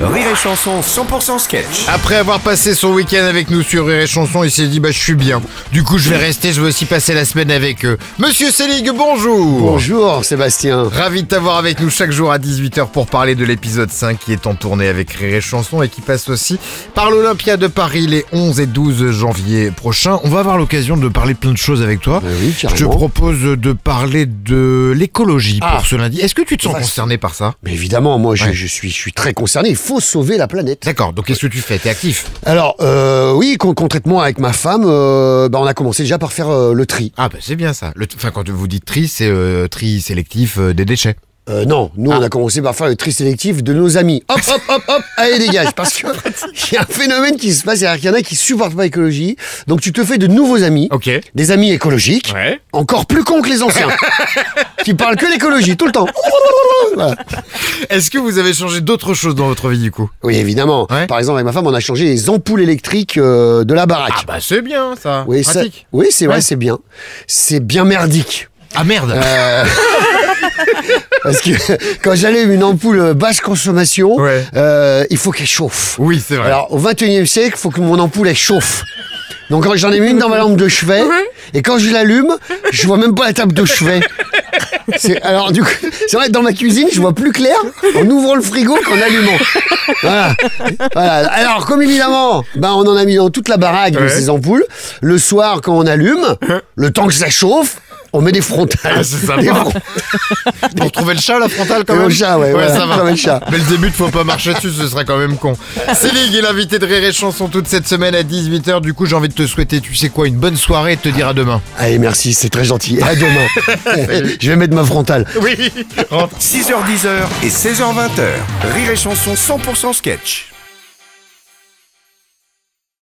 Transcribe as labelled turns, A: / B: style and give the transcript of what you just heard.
A: Rire et Chanson 100% sketch.
B: Après avoir passé son week-end avec nous sur Rire et Chanson, il s'est dit bah je suis bien. Du coup je vais rester, je vais aussi passer la semaine avec eux. Monsieur Selig, bonjour
C: Bonjour Sébastien.
B: Ravi de t'avoir avec nous chaque jour à 18h pour parler de l'épisode 5 qui est en tournée avec Rire et Chanson et qui passe aussi par l'Olympia de Paris les 11 et 12 janvier prochains. On va avoir l'occasion de parler plein de choses avec toi.
C: Ben oui,
B: je te
C: carrément.
B: propose de parler de l'écologie
C: Ah.
B: pour ce lundi. Est-ce que tu te sens
C: Ouais.
B: concerné par ça
C: Mais évidemment, moi je,
B: Ouais.
C: je suis, je suis très concerné. Il faut sauver la planète.
B: D'accord, donc qu'est-ce que tu fais T'es actif
C: Alors euh, oui, con- concrètement avec ma femme, euh, bah, on a commencé déjà par faire euh, le tri.
B: Ah bah c'est bien ça. Le enfin quand vous dites tri, c'est euh, tri sélectif euh, des déchets.
C: Euh, non, nous
B: Ah.
C: on a commencé par faire le tri sélectif de nos amis. Hop, hop, hop, hop, allez dégage, parce que il y a un phénomène qui se passe, c'est-à-dire qu'il y en a qui supportent pas l'écologie, donc tu te fais de nouveaux amis,
B: Ok.
C: des amis écologiques,
B: Ouais.
C: encore plus cons que les anciens, qui parlent que l'écologie tout le temps. Voilà.
B: Est-ce que vous avez changé d'autres choses dans votre vie du coup
C: Oui, évidemment.
B: Ouais.
C: Par exemple, avec ma femme, on a changé les ampoules électriques euh, de la baraque.
B: Ah bah c'est bien ça.
C: Oui, ça-
B: Pratique.
C: oui, c'est
B: Ouais.
C: vrai, c'est bien. C'est bien merdique.
B: Ah merde.
C: Euh, Parce que quand j'allume une ampoule basse consommation,
B: Ouais.
C: euh, il faut qu'elle chauffe.
B: Oui c'est vrai.
C: Alors, au 21e siècle, il faut que mon ampoule, elle chauffe. Donc, quand j'en ai mis une dans ma lampe de chevet, et quand je l'allume, je vois même pas la table de chevet. C'est- Alors, du coup, c'est vrai, que dans ma cuisine, je vois plus clair en ouvrant le frigo qu'en allumant. Voilà. Voilà. Alors, comme évidemment, ben, on en a mis dans toute la baraque de
B: Ouais.
C: ces ampoules. Le soir, quand on allume, le temps que ça chauffe, on met des frontales.
B: Ah, c'est sympa.
C: Des fron-
B: Pour trouver le chat la frontale quand
C: Et
B: même.
C: Euh, le chat, ouais, voilà.
B: ça va.
C: Trouver le chat.
B: Mais le début de faut pas marcher dessus, ce serait quand même con. Céline est l'invité de Rire et Chanson toute cette semaine à 18h. Du coup j'ai envie de te souhaiter, tu sais quoi, une bonne soirée et de te dire à demain.
C: Allez, merci, c'est très gentil. À demain. je vais mettre ma frontale.
B: Oui.
A: 6h10 et 16h20. Rire et Chanson 100% sketch.